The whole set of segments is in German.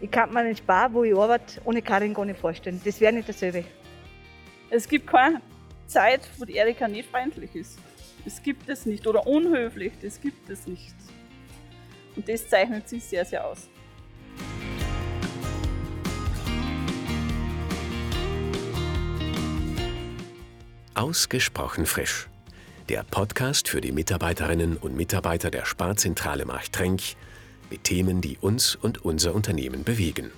Ich kann mir den Spar, wo ich arbeite, ohne Karin gar nicht vorstellen. Das wäre nicht dasselbe. Es gibt keine Zeit, wo die Erika nicht feindlich ist. Das gibt es nicht. Oder unhöflich, das gibt es nicht. Und das zeichnet sie sehr, sehr aus. Ausgesprochen frisch. Der Podcast für die Mitarbeiterinnen und Mitarbeiter der Sparzentrale Marchtrenk mit Themen, die uns und unser Unternehmen bewegen.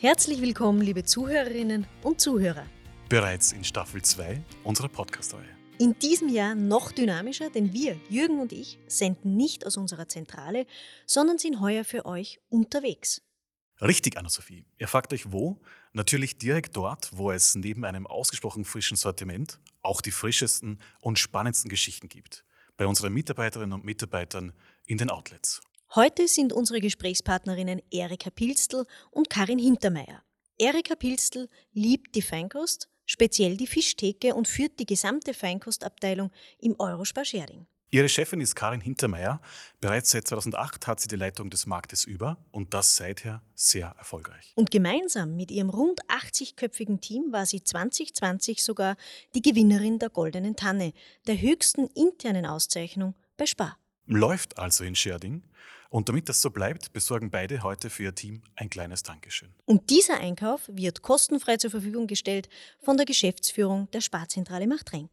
Herzlich willkommen, liebe Zuhörerinnen und Zuhörer. Bereits in Staffel 2 unserer Podcast-Reihe. In diesem Jahr noch dynamischer, denn wir, Jürgen und ich, senden nicht aus unserer Zentrale, sondern sind heuer für euch unterwegs. Richtig, Anna-Sophie. Ihr fragt euch wo? Natürlich direkt dort, wo es neben einem ausgesprochen frischen Sortiment auch die frischesten und spannendsten Geschichten gibt. Bei unseren Mitarbeiterinnen und Mitarbeitern in den Outlets. Heute sind unsere Gesprächspartnerinnen Erika Pilstl und Karin Hintermeier. Erika Pilstl liebt die Feinkost, speziell die Fischtheke und führt die gesamte Feinkostabteilung im Eurospar Schering. Ihre Chefin ist Karin Hintermeier. Bereits seit 2008 hat sie die Leitung des Marktes über und das seither sehr erfolgreich. Und gemeinsam mit ihrem rund 80-köpfigen Team war sie 2020 sogar die Gewinnerin der Goldenen Tanne, der höchsten internen Auszeichnung bei Spar. Läuft also in Scherding. Und damit das so bleibt, besorgen beide heute für ihr Team ein kleines Dankeschön. Und dieser Einkauf wird kostenfrei zur Verfügung gestellt von der Geschäftsführung der Sparzentrale Machtrenk.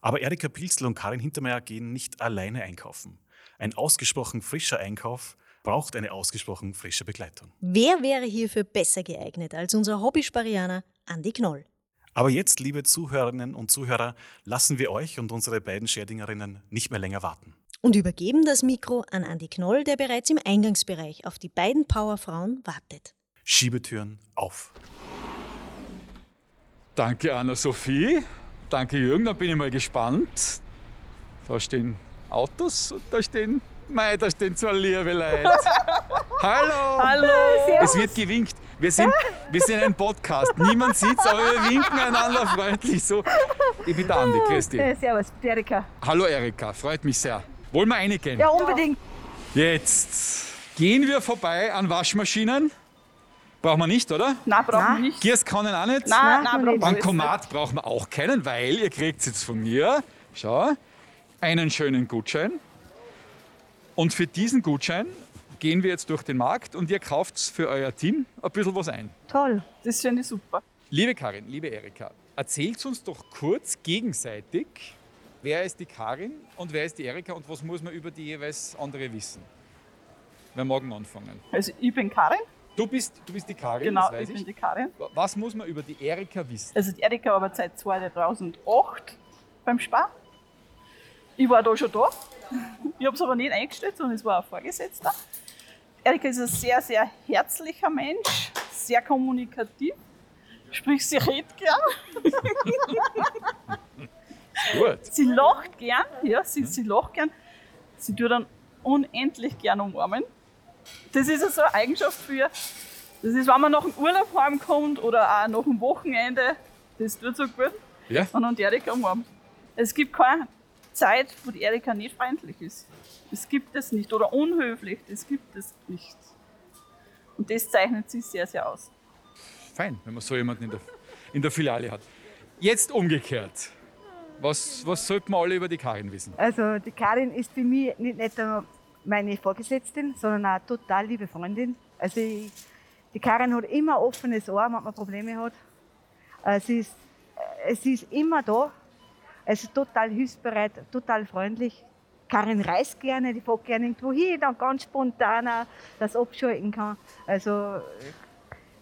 Aber Erika Pilzl und Karin Hintermeier gehen nicht alleine einkaufen. Ein ausgesprochen frischer Einkauf braucht eine ausgesprochen frische Begleitung. Wer wäre hierfür besser geeignet als unser Hobbysparianer Andi Knoll? Aber jetzt, liebe Zuhörerinnen und Zuhörer, lassen wir euch und unsere beiden Scherdingerinnen nicht mehr länger warten. Und übergeben das Mikro an Andi Knoll, der bereits im Eingangsbereich auf die beiden Powerfrauen wartet. Schiebetüren auf. Danke, Anna-Sophie. Danke, Jürgen. Dann bin ich mal gespannt. Da stehen Autos und da stehen. Mei, da stehen zwei liebe Leute. Hallo! Hallo! Es wird gewinkt. Wir sind, wir sind ein Podcast. Niemand sieht's, aber wir winken einander freundlich so. Ich bin der Andi, Christi. servus, Erika. Hallo, Erika. Freut mich sehr. Wollen wir reingehen? Ja, unbedingt. Jetzt gehen wir vorbei an Waschmaschinen. Brauchen wir nicht, oder? Na, brauchen wir nicht. Gießkannen auch nicht. Na, Nein, na, man brauchen wir nicht. Bankomat brauchen wir auch keinen, weil ihr kriegt jetzt von mir, schau, einen schönen Gutschein. Und für diesen Gutschein gehen wir jetzt durch den Markt und ihr kauft für euer Team ein bisschen was ein. Toll. Das finde ich super. Liebe Karin, liebe Erika, erzählt uns doch kurz gegenseitig, wer ist die Karin und wer ist die Erika und was muss man über die jeweils andere wissen? Wir morgen anfangen. Also ich bin Karin. Du bist, du bist die Karin, Genau, das ich weiß bin ich. die Karin. Was muss man über die Erika wissen? Also die Erika arbeitet seit 2008 beim Spar. Ich war da schon da. Ich habe es aber nicht eingestellt, sondern es war ein Vorgesetzter. Erika ist ein sehr, sehr herzlicher Mensch, sehr kommunikativ. Sprich, sie redet gern, Gut. sie lacht gern, ja, sie, sie lacht gern. Sie tut dann unendlich gern umarmen. Das ist so eine Eigenschaft für, das ist, wenn man nach dem Urlaub heimkommt oder auch nach dem Wochenende, das tut so gut. Ja? und, und Erika umarmt. Es gibt keine Zeit, wo die Erika nicht freundlich ist. Das gibt es nicht. Oder unhöflich, das gibt es nicht. Und das zeichnet sie sehr, sehr aus. Fein, wenn man so jemanden in der, in der Filiale hat. Jetzt umgekehrt. Was, was sollten wir alle über die Karin wissen? Also die Karin ist für mich nicht, nicht nur meine Vorgesetzten, sondern auch eine total liebe Freundin. Also ich, die Karin hat immer ein offenes Ohr, wenn man Probleme hat. Äh, Sie ist, äh, sie ist immer da. Also total hilfsbereit, total freundlich. Karin reist gerne, die fährt gerne irgendwo hin, dann ganz spontan auch, dass sie abschalten kann. Also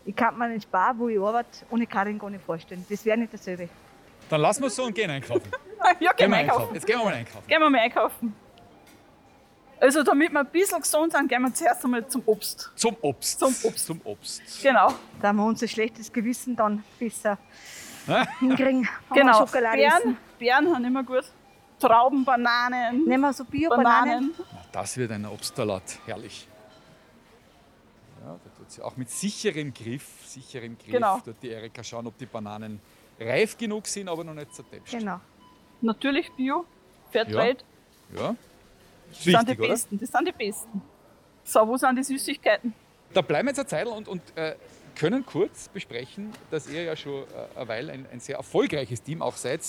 ich kann mir den Spar, wo ich arbeite, ohne Karin gar nicht vorstellen. Das wäre nicht dasselbe. Dann lassen wir es so und gehen einkaufen. Ah, ja, gehen wir einkaufen. einkaufen. Jetzt gehen wir mal einkaufen. Gehen wir mal einkaufen. Also, damit wir ein bisschen gesund sind, gehen wir zuerst einmal zum Obst. Zum Obst. Zum Obst. Zum Obst. Genau. Da haben wir unser schlechtes Gewissen dann besser Ah. hinkriegen. Haben wir genau. Schokolade Beeren, essen. Beeren haben immer gut. Trauben, Bananen, Nehmen wir so Bio-Bananen. Bananen. Na, das wird ein Obstsalat. Herrlich. Ja, da tut sie auch mit sicherem Griff, sicherem Griff, Genau. dort die Erika schauen, ob die Bananen reif genug sind, aber noch nicht zertäpscht. Genau. Natürlich Bio, Fairtrade. Ja. Ist Das sind die wichtig, oder? Besten, das sind die Besten. So, wo sind die Süßigkeiten? Da bleiben wir jetzt eine Zeit und, und äh, können kurz besprechen, dass ihr ja schon äh, eine Weile ein, ein sehr erfolgreiches Team auch seid.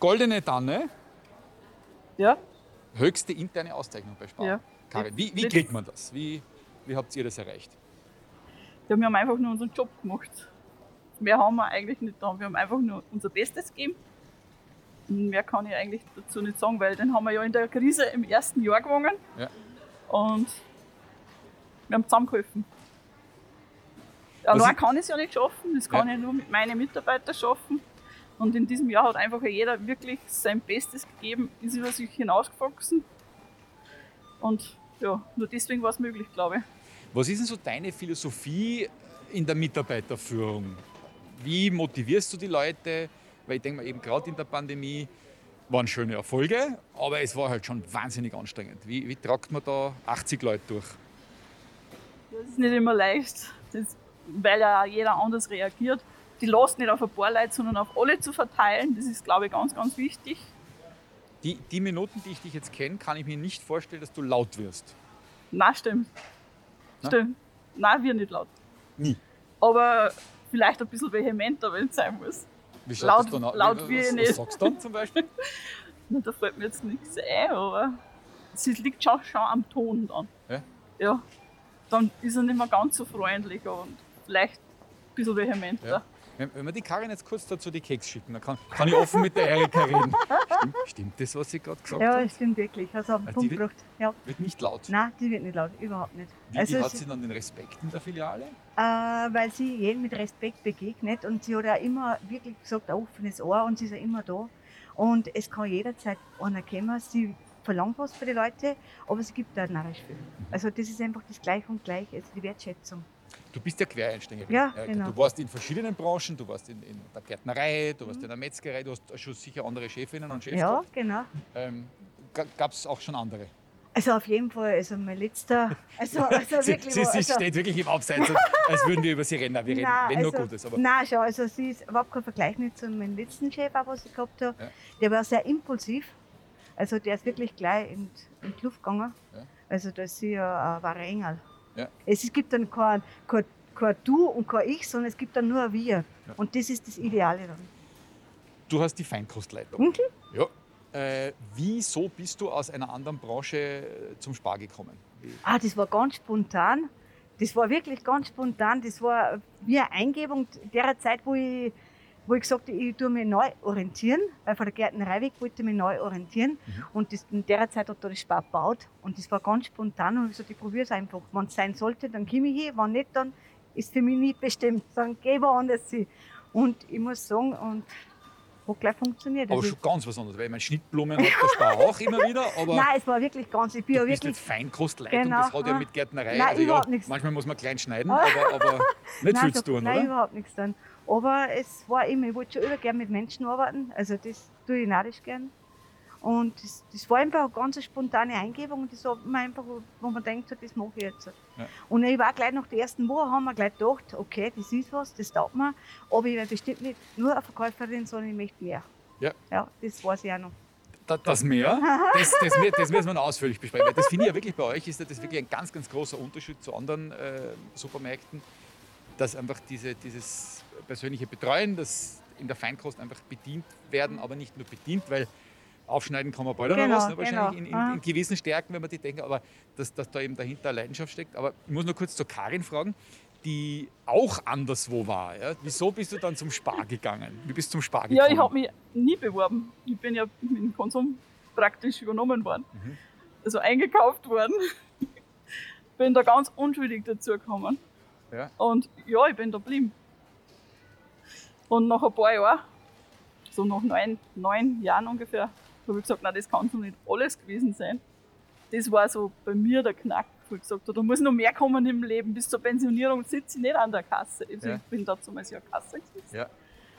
Goldene Tanne, Ja, höchste interne Auszeichnung bei Spar. Ja. Karin, wie, wie Mit- kriegt man das? Wie, wie habt ihr das erreicht? ja, wir haben einfach nur unseren Job gemacht. Mehr haben wir eigentlich nicht da. Wir haben einfach nur unser Bestes gegeben. Und Mehr kann ich eigentlich dazu nicht sagen, weil den haben wir ja in der Krise im ersten Jahr gewonnen. Ja. Und wir haben zusammengeholfen. Was Allein ich- kann ich es ja nicht schaffen, das kann ich nur mit meinen Mitarbeitern schaffen. Und in diesem Jahr hat einfach jeder wirklich sein Bestes gegeben, ist über sich hinausgewachsen. Und ja, nur deswegen war es möglich, glaube ich. Was ist denn so deine Philosophie in der Mitarbeiterführung? Wie motivierst du die Leute? Weil ich denke mal, eben gerade in der Pandemie waren schöne Erfolge, aber es war halt schon wahnsinnig anstrengend. Wie, wie tragt man da 80 Leute durch? Das ist nicht immer leicht, das, weil ja jeder anders reagiert. Die Last nicht auf ein paar Leute, sondern auf alle zu verteilen, das ist, glaube ich, ganz, ganz wichtig. Die, die Minuten, die ich dich jetzt kenne, kann ich mir nicht vorstellen, dass du laut wirst. Na, stimmt. Na? Stimmt. Nein, wir nicht laut. Nie. Aber vielleicht ein bisschen vehementer, wenn es sein muss. Wie Laut- das dann aus? laut was, wie was, nicht. was sagst du dann zum Beispiel? Na, da fällt mir jetzt nichts ein, aber es liegt schon, schon am Ton dann. Ja? Ja. Dann ist er nicht mehr ganz so freundlich und vielleicht ein bisschen vehementer. Ja. Wenn, wenn wir die Karin jetzt kurz dazu die Keks schicken, dann kann, kann ich offen mit der Erika reden. Stimmt, stimmt das, was sie gerade gesagt Ja, hat? das stimmt wirklich. Also auf den Also Punkt die- gebracht. Ja. Wird nicht laut. Nein, die wird nicht laut, überhaupt nicht. Wie, Also wie hat sie- sie dann den Respekt in der Filiale? Äh, weil sie jedem mit Respekt begegnet und sie hat auch immer wirklich gesagt, ein offenes Ohr und sie ist ja immer da. Und es kann jederzeit einer kommen, sie verlangt was für die Leute, aber sie gibt auch narrisch viel. Also das ist einfach das Gleich und Gleich, also die Wertschätzung. Du bist ja Quereinsteigerin. Ja, Erika. genau. Du warst in verschiedenen Branchen, du warst in, in der Gärtnerei, du warst in der Metzgerei, du hast schon sicher andere Chefinnen und Chefs Mhm. Ja, gehabt. genau. Ähm, Gab es auch schon andere? Also auf jeden Fall, also mein letzter, also, also sie wirklich. sie, wo- sie also, steht wirklich im Abseits, und- als würden wir über sie reden. Nein, wir reden, Nein, wenn nur also- Gutes. Aber Nein, schon, also sie ist überhaupt kein Vergleich nicht zu meinem letzten Chef, auch was ich gehabt habe. Ja. Der war sehr impulsiv. Also der ist wirklich gleich in, in die Luft gegangen. Ja. Also da ist sie ja ein wahrer Engel. Ja. Es gibt dann kein, kein, kein Du und kein Ich, sondern es gibt dann nur ein Wir. Ja. Und das ist das Ideale dann. du hast die Feinkostleitung. Mhm. Ja. Äh, wieso bist du aus einer anderen Branche äh, zum Spar gekommen? Wie- Ah, das war ganz spontan. Das war wirklich ganz spontan. Das war wie eine Eingebung derer Zeit, wo ich, wo ich gesagt habe, ich tue mich neu orientieren. Weil von der Gärtnerei weg wollte ich mich neu orientieren. Mhm. Und das, in der Zeit hat da das Spar gebaut. Und das war ganz spontan. Und ich gesagt, ich probiere es einfach. Wenn es sein sollte, dann komme ich hin. Wenn nicht, dann ist für mich nicht bestimmt. Dann gehe ich woanders hin. Und ich muss sagen, und hat gleich funktioniert. Aber Also schon ganz was anderes, weil ich meine, Schnittblumen hat der Spar auch immer wieder, aber Nein, es war wirklich ganz. Ich bin du ja bist wirklich nicht Feinkostleitung, Genau, das hat ja ah. mit Gärtnerei. Nein, überhaupt nichts. Manchmal muss man klein schneiden, aber, aber nicht nein, viel zu so- tun, nein, oder? überhaupt nichts tun. Aber es war immer, ich wollte schon immer gerne mit Menschen arbeiten. Also das tue ich narrisch gern. Und das, das war einfach eine ganz spontane Eingebung und das hat man einfach, wo man denkt, so, das mache ich jetzt. Ja. Und ich war gleich nach der ersten Woche, haben wir gleich gedacht, okay, das ist was, das taugt mir, aber ich werde bestimmt nicht nur eine Verkäuferin, sondern ich möchte mehr. Ja. ja das weiß ich auch noch. Da- Das Meer, das, das, Meer, das müssen wir noch ausführlich besprechen. Weil das finde ich ja wirklich bei euch, ist ja das wirklich ein ganz, ganz großer Unterschied zu anderen äh, Supermärkten, dass einfach diese, dieses persönliche Betreuen, das in der Feinkost einfach bedient werden, aber nicht nur bedient, weil aufschneiden kann man bald noch Genau, was, ne, wahrscheinlich genau. in, in, Ah. in gewissen Stärken, wenn man die denkt, aber dass, dass da eben dahinter eine Leidenschaft steckt. Aber ich muss nur kurz zur Karin fragen, die auch anderswo war. Ja? Wieso bist du dann zum Spar gegangen? Wie bist du zum Spar gekommen? Ja, ich habe mich nie beworben. Ich bin ja mit dem Konsum praktisch übernommen worden. Mhm. Also eingekauft worden. bin da ganz unschuldig dazu gekommen. Ja. Und ja, ich bin da geblieben. Und nach ein paar Jahren, so nach neun, neun Jahren ungefähr, habe ich gesagt, nein, das kann so nicht alles gewesen sein. Das war so bei mir der Knack, wo ich gesagt habe, da muss noch mehr kommen im Leben. Bis zur Pensionierung sitze ich nicht an der Kasse. Also Ja. Ich bin da damals ja Kasse gesessen. ja.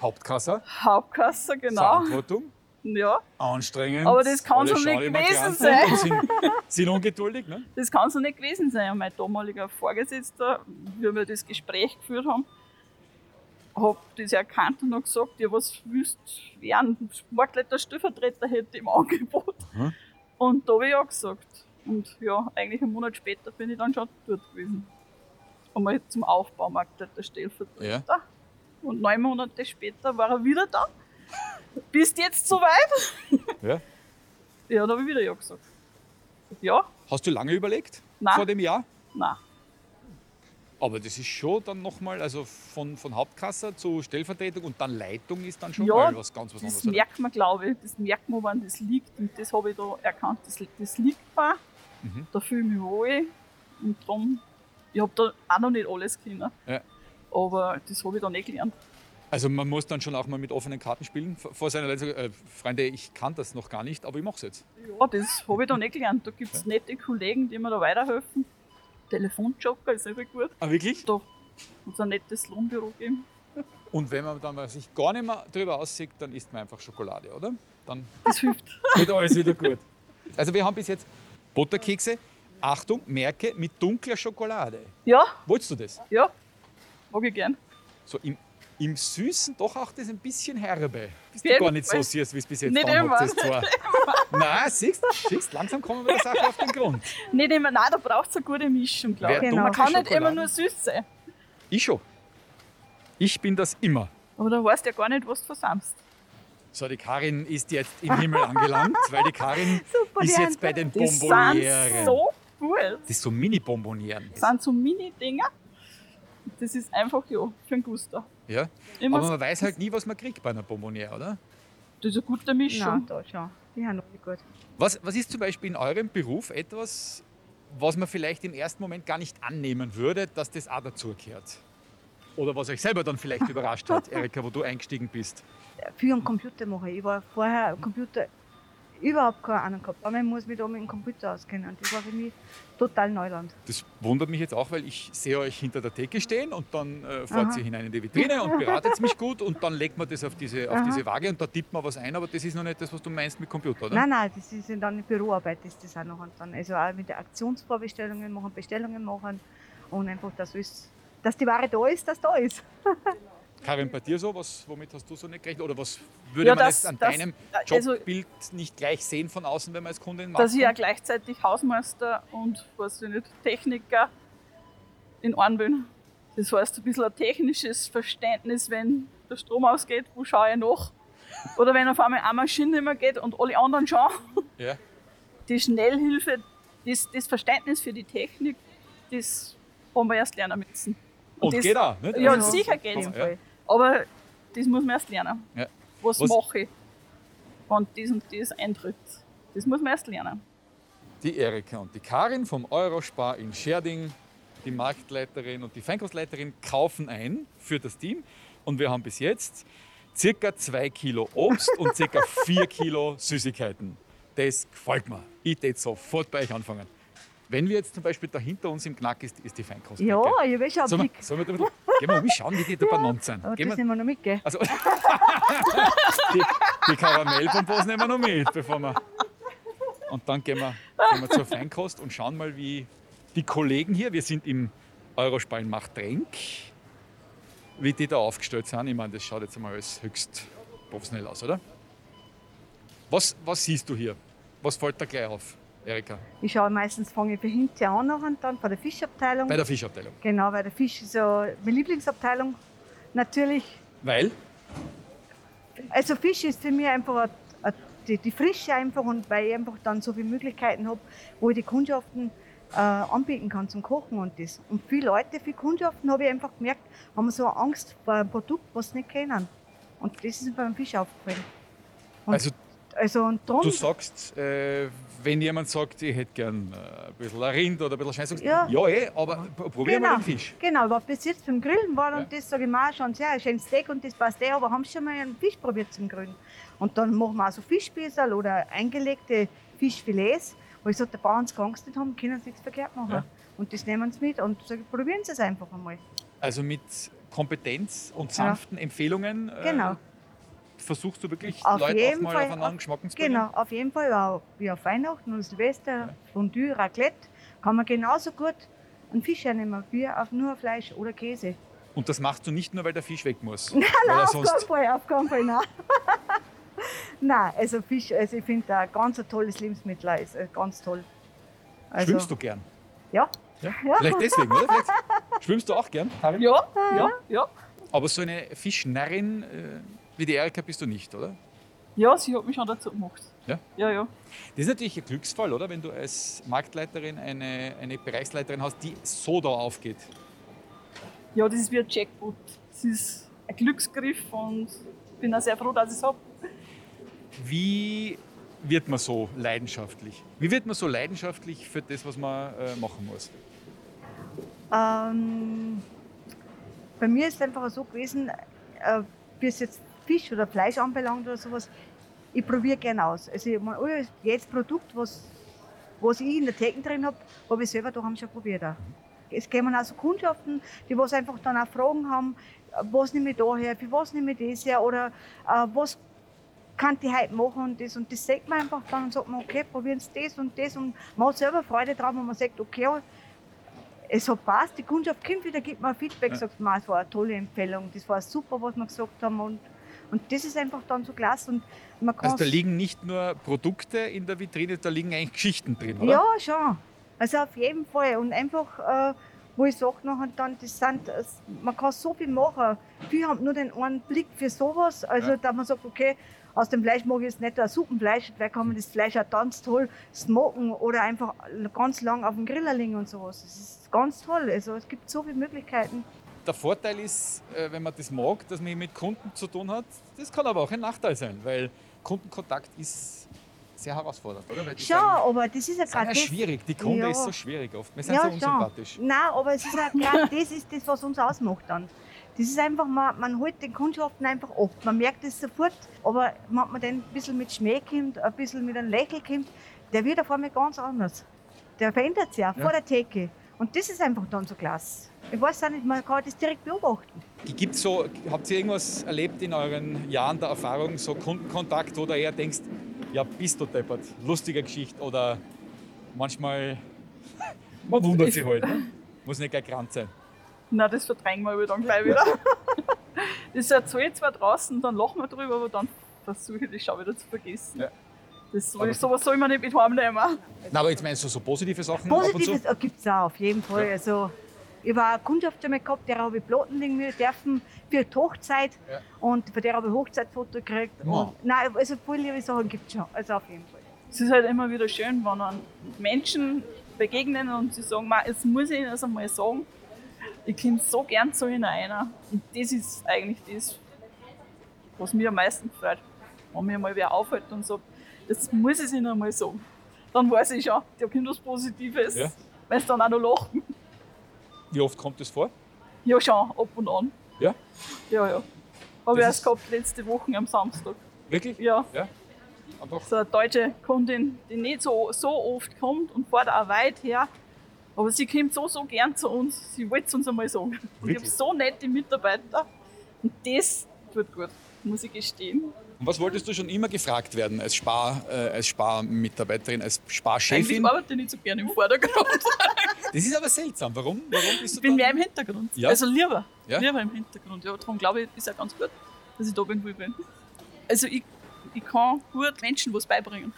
Hauptkasse, Hauptkasse, genau. Verantwortung. Ja, anstrengend. Aber das kann Alle schon schauen nicht immer gewesen gern und Sind, sind ungeduldig, ne? das kann so nicht gewesen sein. Und mein damaliger Vorgesetzter, wie wir das Gespräch geführt haben, hat das erkannt und hat gesagt, ja, was willst du werden? Sportleiter, Stellvertreter hätte im Angebot. Mhm. Und da habe ich auch gesagt. Und ja, eigentlich einen Monat später bin ich dann schon dort gewesen. einmal zum Aufbaumarkt halt der Stellvertreter. Ja. Und neun Monate später war er wieder da. Bist jetzt soweit? Ja. Ja, da habe ich wieder ja gesagt. Ja, Hast du lange überlegt? Nein. Vor dem Jahr? nein. Aber das ist schon dann nochmal, also von, von Hauptkasse zu Stellvertretung und dann Leitung ist dann schon Ja, mal was ganz was anderes. Das oder? merkt man, glaube ich. Das merkt man, wann das liegt. Und das habe ich da erkannt. Das, das liegt mir. Mhm. Da fühle ich mich wohl. Und darum, ich habe da auch noch nicht alles können. Ja. Aber das habe ich da nicht gelernt. Also man muss dann schon auch mal mit offenen Karten spielen. Vor vor seiner Leitung, äh, Freunde, ich kann das noch gar nicht, aber ich mache es jetzt. Ja, das habe ich da nicht gelernt. Da gibt es nette Kollegen, die mir da weiterhelfen. Telefonjoker ist einfach gut. Ah, wirklich? Da hat es ein nettes Lohnbüro gegeben. Und wenn man dann mal sich gar nicht mehr drüber aussieht, dann isst man einfach Schokolade, oder? Dann Das hilft. wird alles wieder gut. Also wir haben bis jetzt Butterkekse, Achtung, Merke, mit dunkler Schokolade. Ja, Wolltest du das? ja. Mag ich gern. So im, im Süßen doch auch das ein bisschen herbe. Bist du Jeden gar nicht so Fall. süß, wie es bis jetzt Nicht dann immer. habt zwar. Nein, siehst du, langsam kommen wir der Sache auf den Grund. Nicht immer, nein, da braucht es eine gute Mischung, glaube Wer ich. Genau. Man dunkle kann nicht immer Schokolade- nur süß sein. Ich schon. Ich bin das immer. Aber da weißt du ja gar nicht, was du versammst. So, die Karin ist jetzt im Himmel angelangt, weil die Karin Super, ist die jetzt bei den Die sind Bonbonieren. so cool. das ist so Mini-Bonbonieren. Das sind so Mini-Dinger. Das ist einfach ja, für den Guster. Ja? Immer Aber so- man weiß halt nie, was man kriegt bei einer Bonboniere, oder? das ist eine gute Ja, Mischung. da schon. Die haben noch gut. Was, was ist zum Beispiel in eurem Beruf etwas, was man vielleicht im ersten Moment gar nicht annehmen würde, dass das auch dazugehört? Oder was euch selber dann vielleicht überrascht hat, Erika, wo du eingestiegen bist? Für einen Computer mache ich. Ich war vorher am Computer überhaupt keine Ahnung gehabt. Aber man muss mich da mit dem Computer auskennen. Und das war für mich total Neuland. Das wundert mich jetzt auch, weil ich sehe euch hinter der Theke stehen und dann äh, fahrt Aha. ihr hinein in die Vitrine und beratet mich gut und dann legt man das auf diese, auf diese Waage und da tippt man was ein, aber das ist noch nicht das, was du meinst mit Computer, oder? Nein, nein, das ist ja dann die Büroarbeit, ist das auch noch. Und dann, also auch mit den Aktionsvorbestellungen machen, Bestellungen machen. Und einfach, dass, alles, dass die Ware da ist, dass da ist. Karin, bei dir so, was, womit hast du so nicht gerechnet? Oder was würde Ja, man das- jetzt an das- deinem also- Jobbild nicht gleich sehen von außen, wenn man als Kundin macht? Dass ich ja gleichzeitig Hausmeister und weiß ich nicht, Techniker in einem bin. Das heißt, ein bisschen ein technisches Verständnis, wenn der Strom ausgeht, wo schaue ich nach? Oder wenn auf einmal eine Maschine nicht mehr geht und alle anderen schauen. ja. die Schnellhilfe, das, das Verständnis für die Technik, das haben wir erst lernen müssen. Und das, geht auch, nicht? Ja, Also- sicher In geht dem Ja. Fall. Aber das muss man erst lernen. Ja. Was, Was- mache ich, wenn das und das eintritt? Das muss man erst lernen. Die Erika und die Karin vom Eurospar in Scherding, die Marktleiterin und die Feinkostleiterin, kaufen ein für das Team. Und wir haben bis jetzt circa 2 Kilo Obst und circa 4 Kilo Süßigkeiten. Das gefällt mir. Ich würde sofort bei euch anfangen. Wenn wir jetzt zum Beispiel da hinter uns im Knack ist, ist die Feinkost. Ja, ich will schon einen sollen Blick. wir, sollen wir da, gehen wir um, schauen, wie die da benannt sind. Aber Gehen das wir, nehmen wir noch mit, gell? also, die, die Karamellbonbons nehmen wir noch mit, bevor wir. Und dann gehen wir, gehen wir zur Feinkost und schauen mal, wie die Kollegen hier, wir sind im Eurospallen macht Tränk, wie die da aufgestellt sind. Ich meine, das schaut jetzt einmal alles höchst professionell aus, oder? Was, was siehst du hier? Was fällt da gleich auf, Erika? Ich schaue meistens, fange ich von hinten an noch und dann von der Fischabteilung. Bei der Fischabteilung. genau, weil der Fisch ist ja meine Lieblingsabteilung. Natürlich. Weil? Also Fisch ist für mich einfach a- a- die, die Frische einfach und weil ich einfach dann so viele Möglichkeiten habe, wo ich die Kundschaften äh, anbieten kann zum Kochen und das. Und viele Leute, viele Kundschaften habe ich einfach gemerkt, haben so eine Angst vor einem Produkt, was sie nicht kennen. Und das ist mir beim Fisch aufgefallen. Und Also also und drum, Du sagst, äh, wenn jemand sagt, ich hätte gern äh, ein bisschen ein Rind oder ein bisschen Scheiß, sagst du, ja, Ja. eh, aber p- probier mal Genau. den Fisch. genau, war bis jetzt zum Grillen war und Ja. das sage ich mir auch schon sehr, ein schönes Steak und das passt eh, aber haben sie schon mal einen Fisch probiert zum Grillen? Und dann machen wir auch so Fischspießerl oder eingelegte Fischfilets, wo ich sage, da brauchen sie keine Angst nicht haben, können sie nichts verkehrt machen. Ja. Und das nehmen sie mit und sage, ich, probieren sie es einfach einmal. Also mit Kompetenz und sanften Empfehlungen äh, Genau. versuchst du wirklich Auf Leute auch jeden mal Fall. auf einen anderen Geschmack zu bringen. Genau, auf jeden Fall, auch wie auf Weihnachten und Silvester, Ja. Fondue, Raclette, kann man genauso gut einen Fisch hernehmen, wie auf nur Fleisch oder Käse. Und das machst du nicht nur, weil der Fisch weg muss. Nein, weil er Auf keinen sonst Fall, auf keinen Fall, nein. nein, also Fisch, also ich finde ein ganz ein tolles Lebensmittel, ist äh, ganz toll. Also, schwimmst du gern. Ja, Ja? Vielleicht deswegen, oder? Vielleicht Schwimmst du auch gern? Karin? Ja, ja, ja. Aber so eine Fischnarrin äh, wie die Erika bist du nicht, oder? Ja, sie hat mich schon dazu gemacht. Ja? Ja, ja. Das ist natürlich ein Glücksfall, oder? Wenn du als Marktleiterin eine, eine Bereichsleiterin hast, die so da aufgeht. Ja, das ist wie ein Jackpot. Es ist ein Glücksgriff und ich bin auch sehr froh, dass ich es habe. Wie wird man so leidenschaftlich? Wie wird man so leidenschaftlich für das, was man äh, machen muss? Ähm, bei mir ist es einfach so gewesen, äh, wie es jetzt Fisch oder Fleisch anbelangt oder sowas, ich probiere gerne aus. Also ich mein, alles- jedes Produkt, was, was ich in der Theke drin habe, habe ich selber daheim schon probiert. auch. Es kommen auch so Kundschaften, die was einfach dann auch Fragen haben, äh, was nehme ich da her, für was nehme ich das her oder äh, was kann die heute machen und das. Und das sagt man einfach dann und sagt man, okay, probieren Sie das und das. Und man hat selber Freude drauf und man sagt, okay, es hat passt, die Kundschaft kommt wieder, gibt mir ein Feedback, Ja. sagt man, "Ah, es war eine tolle Empfehlung, das war super, was wir gesagt haben. Und, und das ist einfach dann so klasse. Und man kann Also da liegen nicht nur Produkte in der Vitrine, da liegen eigentlich Geschichten drin, oder? Ja, schon. Also auf jeden Fall. Und einfach, äh, wo ich sage, nachher dann, das sind, es- man kann so viel machen. Viele haben nur den einen Blick für sowas. Also, Ja. dass man sagt, okay, aus dem Fleisch mag ich jetzt nicht ein Suppenfleisch, weil kann man das Fleisch auch ganz toll smoken oder einfach ganz lang auf dem Griller legen und sowas. Das ist ganz toll. Also, es gibt so viele Möglichkeiten. Der Vorteil ist, äh, wenn man das mag, dass man mit Kunden zu tun hat. Das kann aber auch ein Nachteil sein, weil Kundenkontakt ist sehr herausfordernd, oder? Weil die Schon, sagen, aber das ist ja das gerade ist ja ah, das. schwierig. Die Kunde Ja. ist so schwierig oft. Wir sind so schon. unsympathisch. Nein, aber es ist auch grad, das ist das, was uns ausmacht dann. Das ist einfach, man, man holt den Kundschaften einfach ab. Man merkt es sofort, aber wenn man den ein bisschen mit Schmäh kommt, ein bisschen mit einem Lächeln kommt, der wird auf einmal ganz anders. Der verändert sich auch vor der Theke. Und das ist einfach dann so klasse. Ich weiß auch nicht, man kann das direkt beobachten. Gibt's so, habt ihr irgendwas erlebt in euren Jahren der Erfahrung, so Kundenkontakt, wo du eher denkst, ja, bist du deppert, lustige Geschichte oder manchmal, man wundert sich halt, ne? muss nicht gleich krank sein. Na, das verdrängen wir aber dann gleich wieder. das erzähle ich zwar draußen, dann lachen wir drüber, aber dann versuche ich das schon wieder zu vergessen. Ja. Das soll, Aber- sowas soll man nicht mit heimnehmen. Na, aber jetzt meinst du so positive Sachen ab und Positives zu? gibt es auch auf jeden Fall. Also, ich war eine Kundschaft schon mal gehabt, der habe ich Platten legen müssen dürfen für die Hochzeit. Ja. Und von der habe ich ein Hochzeitfoto gekriegt. Ja. Und, nein, also viele liebe Sachen gibt es schon. Also auf jeden Fall. Es ist halt immer wieder schön, wenn einem Menschen begegnen und sie sagen, "Ma, jetzt muss ich Ihnen das einmal sagen, ich komme so gern zu Ihnen einer. Und das ist eigentlich das, was mir am meisten gefällt. Wenn mir mal wer aufhält und sagt, jetzt muss ich es Ihnen einmal sagen. Dann weiß ich schon, da kommt was Positives, Ja. weil sie dann auch noch lachen. Wie oft kommt das vor? Ja, schon, ab und an. Ja? Ja, ja. Habe ich Das erst ist- gehabt letzte Woche am Samstag. Wirklich? Ja, Einfach so eine deutsche Kundin, die nicht so, so oft kommt und fährt auch weit her. Aber sie kommt so, so gern zu uns. Sie wollte es uns einmal sagen. Und ich habe Wirklich? so nette Mitarbeiter. Und das tut gut, muss ich gestehen. Und was wolltest du schon immer gefragt werden als, Spar, äh, als Sparmitarbeiterin, als Sparchefin? Eigentlich arbeite ich nicht so gern im Vordergrund. Das ist aber seltsam. Warum, warum bist du Ich bin da? mehr im Hintergrund. Ja. Also lieber. Ja. Lieber im Hintergrund. Ja, darum glaube ich, ist auch ganz gut, dass ich da bin, wo ich bin. Also ich, ich kann gut Menschen was beibringen.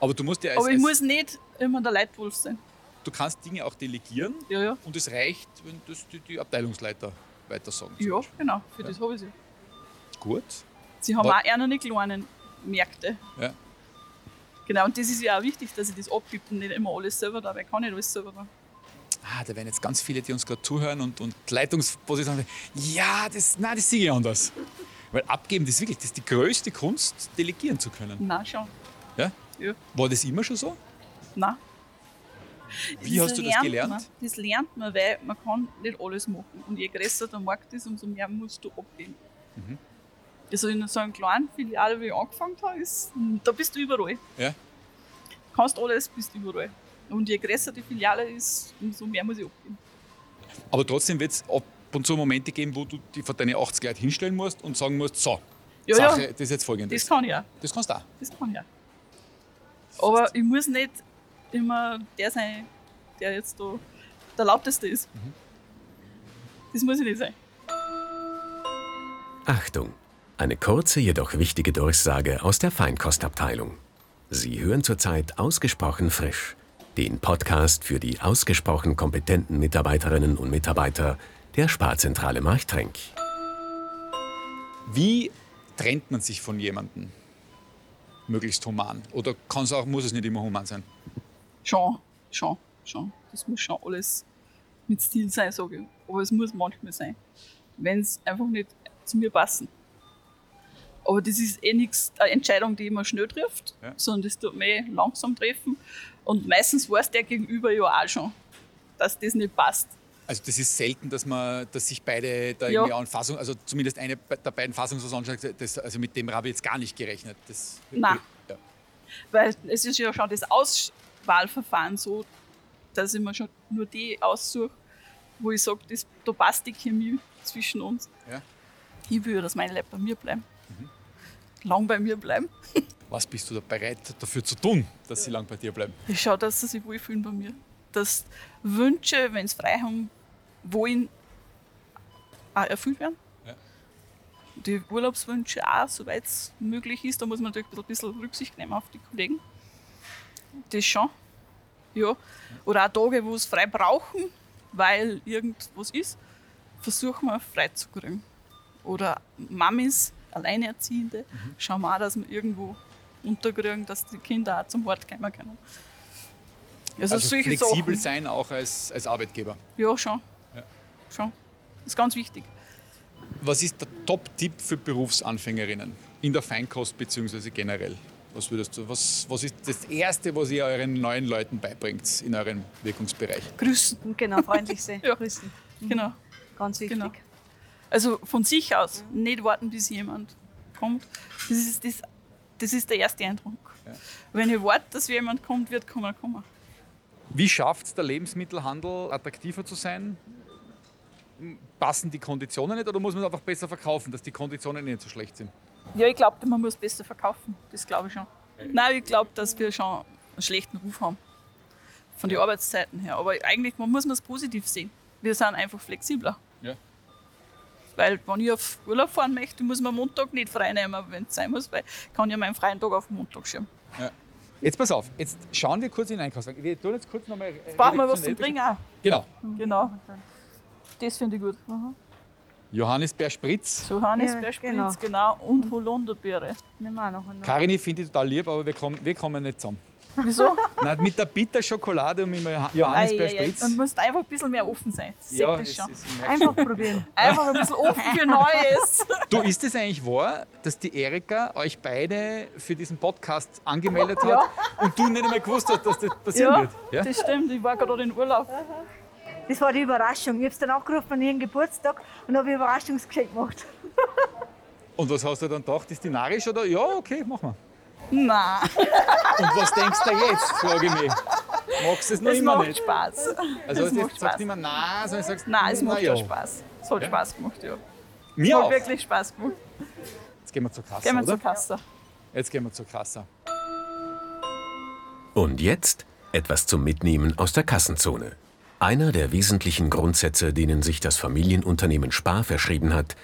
Aber du musst ja als, Aber ich als, muss nicht immer der Leitwolf sein. du kannst Dinge auch delegieren Ja, ja. und es reicht, wenn das die, die Abteilungsleiter weiter sagen. zum Ja, Beispiel. genau. Für Ja. das habe ich sie. Gut. Sie haben Wa- auch eher die kleinen Märkte. Ja. Genau, und das ist ja auch wichtig, dass ich das abgibt und nicht immer alles selber da, weil ich kann nicht alles selber da. Ah, da werden jetzt ganz viele, die uns gerade zuhören und, und Leitungspositionen haben. Ja, das, nein, das sehe ich anders. Weil abgeben, das ist wirklich das ist die größte Kunst, delegieren zu können. Nein, schon. Ja? Ja. War das immer schon so? Nein. Wie hast du das gelernt? Man. Das lernt man, weil man kann nicht alles machen. Und je größer der Markt ist, umso mehr musst du abgeben. Mhm. Also in so einem kleinen Filiale, wie ich angefangen habe, ist, da bist du überall. Ja. Kannst alles, bist überall. Und je größer die Filiale ist, umso mehr muss ich abgeben. Aber trotzdem wird es ab und zu Momente geben, wo du die von deine 80 Leute hinstellen musst und sagen musst, so, Ja, Sache, ja, das ist jetzt folgendes. das kann ich auch. Das kannst du auch. Das kann ich auch. Aber ich muss nicht immer der sein, der jetzt da der lauteste ist. Das muss ich nicht sein. Achtung! Eine kurze, jedoch wichtige Durchsage aus der Feinkostabteilung. Sie hören zurzeit ausgesprochen frisch. den Podcast für die ausgesprochen kompetenten Mitarbeiterinnen und Mitarbeiter der Sparzentrale Marchtrenk. Wie trennt man sich von jemandem? Möglichst human. Oder kann's auch, muss es nicht immer human sein? Schon, schon, schon. Das muss schon alles mit Stil sein, sage ich. Aber es muss manchmal sein. Wenn es einfach nicht zu mir passen. Aber das ist eh nichts, eine Entscheidung, die ich immer schnell trifft, Ja. sondern das tut mir eh langsam treffen. Und meistens weiß der Gegenüber ja auch schon, dass das nicht passt. Also das ist selten, dass man, dass sich beide da Ja. irgendwie an Fassung, also zumindest eine der beiden Fassungslos anschaut, das, also mit dem habe ich jetzt gar nicht gerechnet. Das, Nein. Ja. Weil es ist ja schon das Auswahlverfahren so, dass ich mir schon nur die aussuche, wo ich sage, da passt die Chemie zwischen uns. Ja. Ich will, ja, dass meine Leute bei mir bleiben. Lang bei mir bleiben. Was bist du da bereit dafür zu tun, dass sie lang bei dir bleiben? Ich schaue, dass sie sich wohlfühlen bei mir. Dass Wünsche, wenn sie frei haben, wollen, auch erfüllt werden. Ja. Die Urlaubswünsche auch, soweit es möglich ist. Da muss man natürlich ein bisschen Rücksicht nehmen auf die Kollegen. Das schon. Ja. Oder auch Tage, wo sie frei brauchen, weil irgendwas ist, versuchen wir frei zu kriegen. Oder Mamis, Alleinerziehende, Mhm. schauen wir auch, dass wir irgendwo unterkriegen, dass die Kinder auch zum Wort kommen können. Also, also solche flexibel Sachen. sein auch als, als Arbeitgeber. Ja, schon. Schon. Ist ganz wichtig. Was ist der Top-Tipp für Berufsanfängerinnen in der Feinkost bzw. generell? Was würdest du, was, was ist das Erste, was ihr euren neuen Leuten beibringt in eurem Wirkungsbereich? Grüßen. Genau, freundlich sein. Ja. Grüßen. Genau. Ganz wichtig. Genau. Also von sich aus, nicht warten, bis jemand kommt. Das ist, das, das ist der erste Eindruck. Wenn ich warte, dass jemand kommt, wird kommen, kommen. Wie schafft es der Lebensmittelhandel, attraktiver zu sein? Passen die Konditionen nicht oder muss man es einfach besser verkaufen, dass die Konditionen nicht so schlecht sind? Ja, ich glaube, man muss besser verkaufen. Das glaube ich schon. Nein, ich glaube, dass wir schon einen schlechten Ruf haben. Von den Arbeitszeiten her. Aber eigentlich man muss man es positiv sehen. Wir sind einfach flexibler. Ja. Weil, wenn ich auf Urlaub fahren möchte, muss man Montag nicht frei nehmen, wenn es sein muss, weil ich kann ja meinen freien Tag auf den Montag schieben. Jetzt pass auf, jetzt schauen wir kurz in den Einkaufswagen. Wir tun jetzt kurz nochmal. Brauchen wir was zum Trinken auch. Genau. Genau. Das finde ich gut. Johannes Spritz. So Johannisbeerspritz, Mhm. Ja, genau. genau. Und Holunderbeere. Nehmen wir auch noch einen. Karini finde ich total lieb, aber wir kommen, wir kommen nicht zusammen. Wieso? Nein, mit der Bitterschokolade und mit dem Eieiei. Johannisbeerspritz. Man muss einfach ein bisschen mehr offen sein. Das Ja, ja, das es- schon. es- ich merk's Einfach probieren. Einfach ein bisschen offen für Neues. Du, ist es eigentlich wahr, dass die Erika euch beide für diesen Podcast angemeldet hat und du nicht einmal gewusst hast, dass das passieren Ja, wird? Ja? das stimmt. Ich war gerade in Urlaub. Das war die Überraschung. Ich habe es dann angerufen an ihren Geburtstag und habe ein Überraschungsgeschenk gemacht. Und was hast du dann gedacht? Ist die narrisch oder? Ja, okay, mach mal. Nein, Und was denkst du jetzt, frage ich mich. Magst du es noch es immer macht nicht? Spaß. Also es jetzt macht sagst Spaß. du nicht mehr nein, sondern sagst Nein, es na macht ja. ja Spaß. Es hat Spaß gemacht, ja. Mir Hat auch. wirklich Spaß gemacht. Jetzt gehen wir zur Kasse, Gehen wir zur oder? Kasse. Jetzt gehen wir zur Kasse. Und jetzt etwas zum Mitnehmen aus der Kassenzone. Einer der wesentlichen Grundsätze, denen sich das Familienunternehmen Spar verschrieben hat,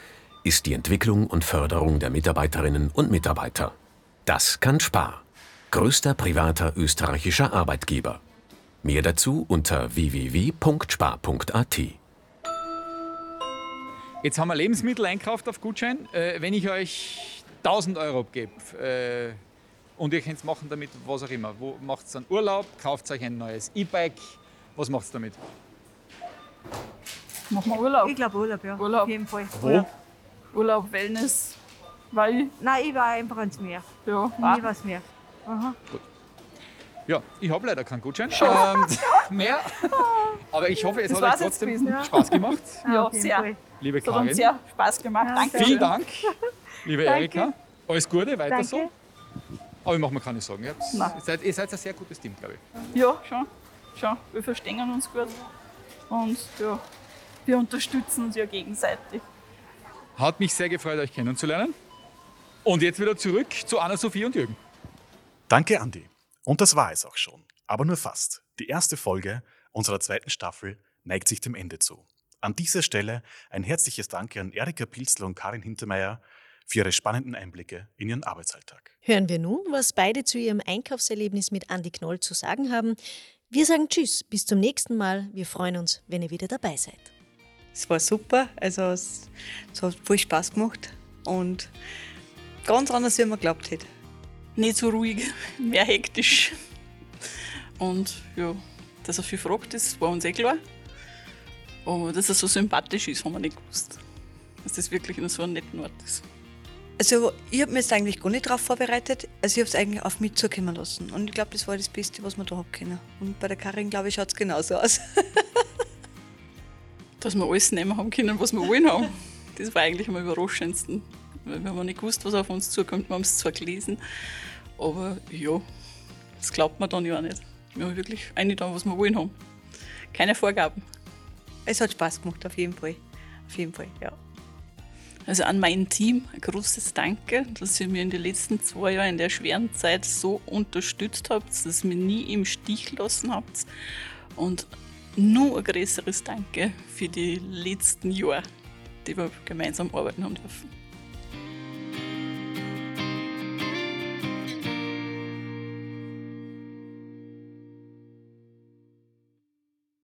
ist die Entwicklung und Förderung der Mitarbeiterinnen und Mitarbeiter. Das kann Spar. Größter privater österreichischer Arbeitgeber. Mehr dazu unter www.spar.at. Jetzt haben wir Lebensmittel einkauft auf Gutschein. Äh, wenn ich euch 1000 Euro abgebe äh, und ihr könnt es machen damit, was auch immer. Wo macht es dann Urlaub? Kauft euch ein neues E-Bike? Was macht es damit? Machen wir Urlaub. Ich glaube Urlaub, ja. Urlaub. Auf jeden Fall. Wo? Urlaub, Wellness. Weil, Nein, ich war einfach ans Meer. ja, Ich ah, war ans Meer. Ja, ich habe leider keinen Gutschein. Ähm, mehr. Aber ich hoffe, es Das hat euch war's jetzt trotzdem gewesen, ja. Spaß gemacht. ja, auf jeden sehr. Fall. Liebe Es hat uns Karin, sehr Spaß gemacht. Danke. vielen Dank, liebe Erika. Alles Gute, weiter Danke. so. Aber ich mache mir keine Sorgen. Ihr, habt's- Nein. ihr, seid, ihr seid ein sehr gutes Team, glaube ich. Ja, schon. schon. Wir verstehen uns gut. Und ja, wir unterstützen uns ja gegenseitig. Hat mich sehr gefreut, euch kennenzulernen. Und jetzt wieder zurück zu Anna-Sophie und Jürgen. Danke, Andi. Und das war es auch schon. Aber nur fast. Die erste Folge unserer zweiten Staffel neigt sich dem Ende zu. An dieser Stelle ein herzliches Danke an Erika Pilzler und Karin Hintermeier für ihre spannenden Einblicke in ihren Arbeitsalltag. Hören wir nun, was beide zu ihrem Einkaufserlebnis mit Andi Knoll zu sagen haben. Wir sagen Tschüss, bis zum nächsten Mal. Wir freuen uns, wenn ihr wieder dabei seid. Es war super, also es, es hat voll Spaß gemacht und ganz anders, wie man glaubt hätte. Nicht so ruhig, mehr hektisch. Und ja, dass er viel fragt, das war uns eh klar. Aber dass er so sympathisch ist, haben wir nicht gewusst. Dass das wirklich nur so ein netten Ort ist. Also ich habe mich jetzt eigentlich gar nicht darauf vorbereitet, also ich habe es eigentlich auf mich zukommen lassen und ich glaube, das war das Beste, was wir da haben können. Und bei der Karin, glaube ich, schaut es genauso aus. Dass wir alles nehmen haben können, was wir wollen haben. Das war eigentlich am überraschendsten. Weil wir haben nicht gewusst, was auf uns zukommt. Wir haben es zwar gelesen, aber ja, das glaubt man dann ja auch nicht. Wir haben wirklich eingetan, was wir wollen haben. Keine Vorgaben. Es hat Spaß gemacht, auf jeden Fall. Auf jeden Fall, ja. Also an mein Team ein großes Danke, dass ihr mir in den letzten zwei Jahren in der schweren Zeit so unterstützt habt, dass ihr mich nie im Stich lassen habt. Und nur ein größeres Danke für die letzten Jahre, die wir gemeinsam arbeiten haben dürfen.